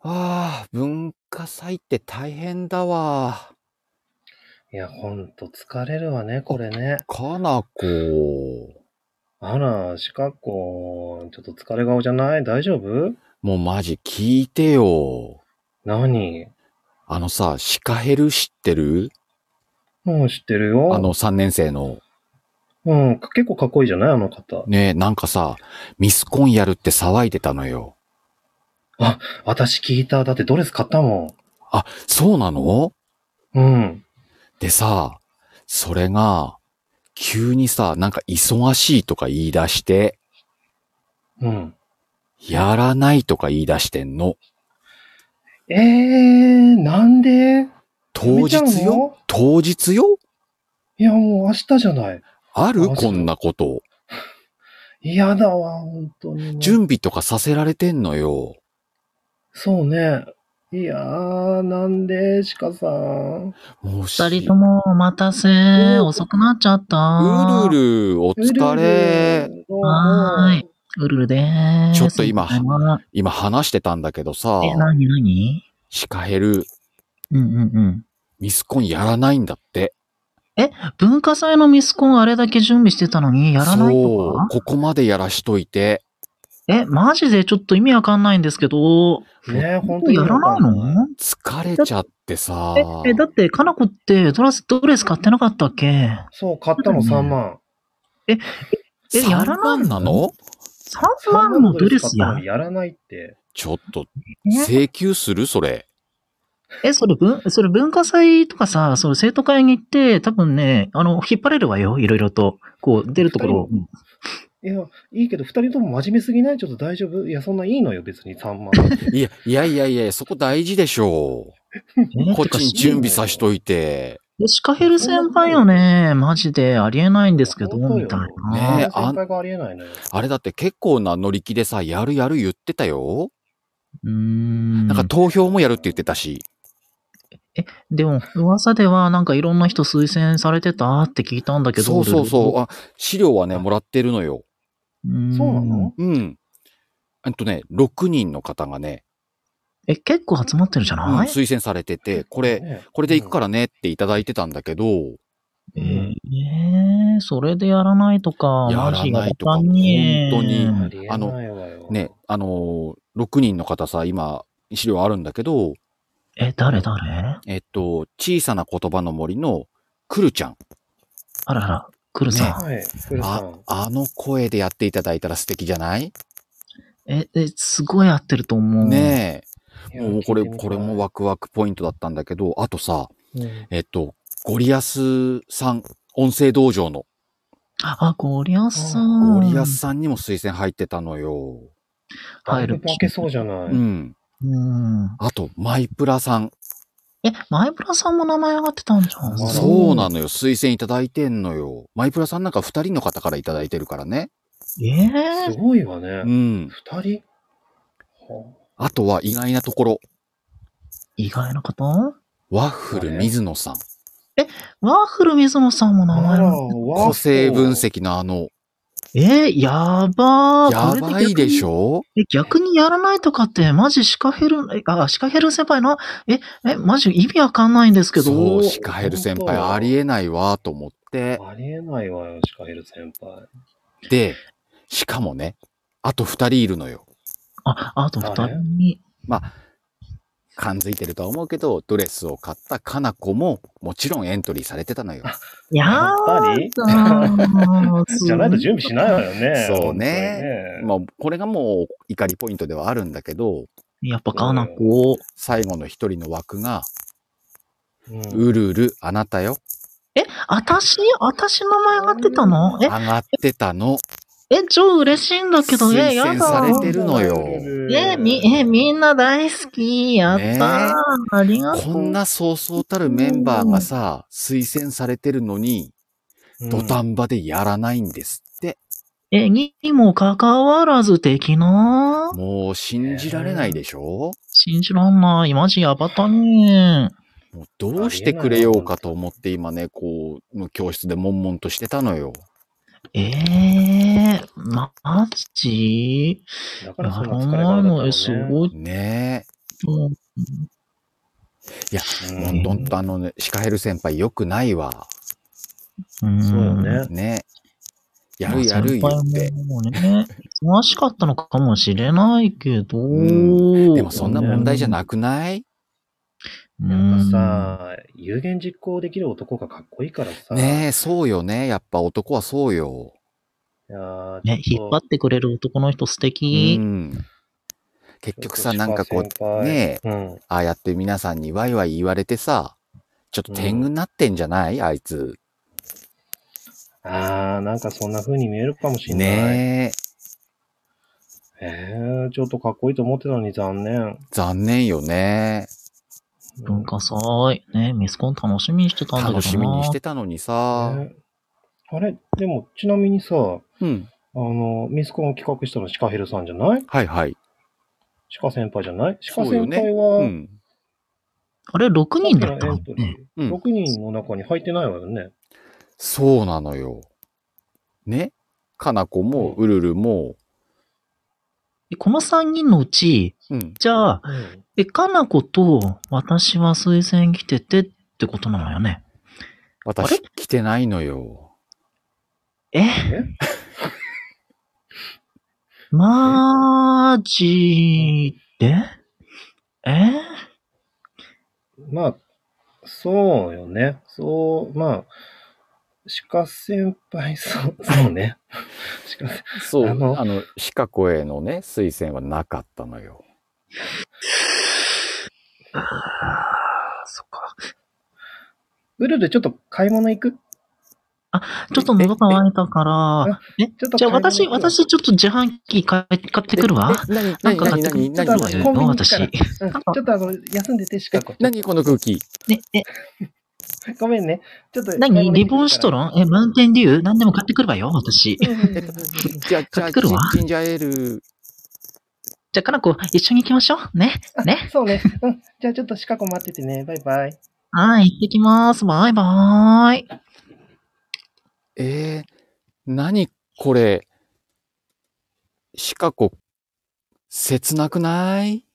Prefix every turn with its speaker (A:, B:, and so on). A: ああ、文化祭って大変だわ。
B: いや、ほんと疲れるわね、これね。
A: かなこ。
B: あら、シカコ、ちょっと疲れ顔じゃない大丈夫
A: もうマジ聞いてよ。
B: 何
A: あのさ、シカヘル知ってる
B: もうん知ってるよ。
A: あ、の3年生の。
B: うん、結構かっこいいじゃないあの方。
A: ねえ、なんかさ、ミスコンやるって騒いでたのよ。
B: 私聞いた。だってドレス買ったも
A: あ、そうなの
B: ん。うん。
A: でさ、それが、急にさ、なんか忙しいとか言い出して、
B: うん。
A: やらないとか言い出してんの。
B: えー、なんで
A: 当
B: やめち
A: 日
B: ゃう
A: よ
B: の
A: 当日よ
B: いや、もう明日じゃない。
A: ある
B: マジ
A: こんなこと。
B: 嫌だわ、本当にもう。
A: 準備とかさせられてんのよ。
B: そうね。いやー、なんで、シカさん。
A: もうし
C: 二人ともお待たせ。
B: お
C: 遅くなっちゃった。
A: うるる、お疲れ。
B: うるうる。どうも
C: はーい。うるるでーす。
A: ちょっと今
C: ただいま
A: 今話してたんだけどさ、
C: え、なになに
A: シカヘル、
C: うんうんうん。
A: ミスコンやらないんだって。
C: 文化祭のミスコンあれだけ準備してたのにやらないと
A: そう
C: か、
A: ここまでやらしといて。
C: え、マジでちょっと意味わかんないんですけど、
B: ね本当に
C: やらないの
A: 疲れちゃってさ。
C: え、え、だって、かなこってドレス、ドレス買ってなかったっけ
B: そう、買ったの3万。
C: えやらないの
A: 3万なの
C: ?3 万のドレ
B: 3万のドレ
C: スや
B: ス買ったの。にやらないって。
A: ちょっと、
C: え
A: 請求するそれ。
C: え、それ文、それ文化祭とかさ、その生徒会に行って、多分ね、あの、引っ張れるわよ、いろいろと。こう、出るところを。
B: いや、いいけど、2人とも真面目すぎないちょっと大丈夫いや、そんないいのよ、別に3万。
A: いや、いやいやいや、そこ大事でしょう。
C: え
A: こっちに準備
B: てか
A: さしといて。
C: でシカヘル先輩よね、マジでありえないんですけど、みたいな。
A: ねえあ
B: あんがありえないのよ。
A: あれだって結構な乗り気でさ、やるやる言ってたよ。
C: うーん。
A: なんか投票もやるって言ってたし。
C: でも、噂では、なんかいろんな人推薦されてたって聞いたんだけど。
A: そうそうそう。あ、資料はね、もらってるのよ。
C: うーん。
B: そうなの
A: うん。えっとね、6人の方がね、
C: え、結構集まってるじゃ
A: うん
C: ない、
A: 推薦されてて、これ、
B: ね
A: これで行くからねっていただいてたんだけど、
C: えーそれでやらないとか、
A: や
C: マ
A: ら
C: ジ
A: ないとか
C: やらね
A: 本当に
B: あ
C: う
B: りえないわよ。
A: ね、あのー、6人の方さ、今、資料あるんだけど、
C: え、誰誰
A: えっと、小さな言葉の森のくるちゃん。
C: あらあら、来るさん。
B: はい、クルさ
A: あ
B: ん。、
A: あの声でやっていただいたら素敵じゃない
C: え、え、すごい合ってると思う。
A: ねえ。もうこれ、
B: いや
A: これも、ワクワクポイントだったんだけど、あとさ、
B: 聞いてみたいうん
A: えっと、ゴリアスさん、音声道場の
C: あ、ゴリアスさ
A: ゴ
C: ん。
A: リアスさんにも推薦入ってたのよ。
C: 入
B: だい
C: る
B: ぶ。負けそうじゃな
A: う
B: い。
A: ん。
C: うん。
A: あと、マイプラさん。
C: え、前村さんも名前上がってたんじゃん。
B: あら
A: そうなのよ。推薦いただいてんのよ。マイプラさんなんか二人の方からいただいてるからね。
C: え
B: す
C: ー、
B: ごいわ
A: う
B: ね。
A: ん。
B: 二人は
A: あとは意外なところ。
C: 意外なことワ
A: ワッフル水野さん。
C: ッフル水野さんも名
B: あ
C: 前
B: ら
C: 上がっ
A: 個性分。
B: わ
A: 析のあの、
C: てえー、やばー。
A: やばいでし
C: ょ。
A: ょ
C: え、逆にやらないとかって、マジシカヘル、え、あ、シカヘル先輩の、え、え、マジ意味わかんないんですけ
A: そ
C: ど
A: う、。シカヘル先輩ありえないわと思って。
B: ありえないわよ、シカヘル先輩。
A: で、しかもね、あと二人いるのよ。
C: あ、あと二人に。
A: 感づいてるとは思うけど、ドレスを買ったかな子も、もちろんエントリーされてたのよ。
C: いや
B: やっぱり
C: ー
B: じゃないと準備しないわよね。
A: そうね
B: 本当にね。
A: まあ、これがもう怒りポイントではあるんだけど、
C: やっぱかなこ。
A: 最後の一人の枠が、
B: うん
A: うるる、あなたよ。
C: え、あたし、あたし名前上がってたのえ
A: 上、がってたの。
C: え、超嬉しいんだけど、え、やだ。
A: 推薦されてるのよ
C: え、み、え、みんな大好き。やったー。
A: ねえ
C: ありがとう。
A: こんなそうそうたるメンバーがさ、推薦されてるのに、土壇場でやらないんですって。
C: え、にもかかわらず的な
A: もう信じられないでしょ
C: 信じらんない。マジやばったね
A: もうどうしてくれようかと思って今ね、こう、教室で悶々としてたのよ。
C: えー、マジ
B: だか
C: や
B: らそんな疲
C: ら
B: れがあ
C: ない
B: るんだ
C: の、え、す
B: い。
C: ごい。
A: ね
C: うん
A: いや、
B: うん
A: ほんとほんとあのね、シカヘル先輩良くないわ。
C: うん
B: そうよね
A: ね。やるやる言って。
C: もうね、忙しかったのかもしれないけど、
A: うでもそんな問題じゃ
C: い。
A: なくない
B: なんかさ、有言実行できる男がかっこいいからさ。
A: ねえ、そうよね。やっぱ男はそうよ。
B: いやー
C: ね、
B: ち
C: 引
B: ょ
C: っ
B: っ
C: 張
B: と
C: ってくれる男の人素
A: う
C: 敵。
A: ん。結局さ、
B: ちょっ
A: なん
B: と
A: かこ
B: 先
A: う、
B: 輩
A: ねえ、
B: うん。
A: ああやって皆さんにワイワイ言われてさ、ちょっと天狗になってんじゃない、あいつ。
B: ああ、なんかそんな風に見えるかもしれない。
A: ねえ。
B: えー、ちょっとかっこいいと思ってたのに残念。
A: 残念よね。
C: 文化祭、ね、ミスコン楽しみにしてたんだけどな。
A: 楽しみにしてたのにさ。
B: ねあれでも、ちなみにさ、あ
A: うん。
B: の、ミスコンを企画したのシカヘルさんじゃない
A: はいはい。
B: シカ先輩じゃないシカ
A: そうよ
B: 先
A: ね
B: 輩は、
A: うん。
C: あれ、6人だ
B: さ
C: っ
B: ったきのエ
C: もん
B: ントリ
C: ね。
B: ー
A: うん
B: 6人の中に入ってないわよね。
A: そうなのよ。ねかなこも、うるるも、
C: でこの3人のうち、
A: うん。
C: じゃあ、
B: うん
C: え、かなこと、私は推薦来ててってことなのよね。あ
A: 私
C: れ、
A: 来てないのよ。
C: えマジでえ
B: まあ、そうよね。そう、まあ、鹿先輩、そう、そうね。 鹿先
A: そう、あ
B: あ
A: の、
B: の
A: シカコへのね、推薦はなかったのよ。
C: そっか。
B: うるるちょっと買い物行く
C: ちょっと喉乾いたから、え
B: ちょっと
C: じゃ
B: 買
C: あ
B: い物
C: 私、
B: 行くわ
C: 私ちょっと自販機買い買ってくるわ。
A: え。何、
C: なん
A: 何、
C: か買
A: 何、
C: っ
A: 何、
C: てくる
A: 何、
C: わ
B: ちょ
A: 何
B: っと待ってコ
C: よ
B: ンビニ行くか
C: 私。
B: ら
C: ね
B: うんちょっとあの、休んでて、シカ子。
A: 何この空気。
C: え、
B: ごめんね。ちょっと。買い
C: 何
B: 物行
C: リ
B: ってくるから
C: ボンシトロンえ、マウンテンデュー何でも買ってくるわよ、私。じ
B: うん
A: えっとじゃ、じ
C: 買
A: ゃ、
C: っ
A: ジ
C: てくるわ
A: ンジンジャーエール。
C: ゃあ、かなこ、一緒に行きましょう。ね。ね。
B: そうね。うん。じゃあちょっとシカ子待っててね。バイバイ。
C: はい、行ってきます。バイバーイ。
A: えー、何これ。シカコ、切なくない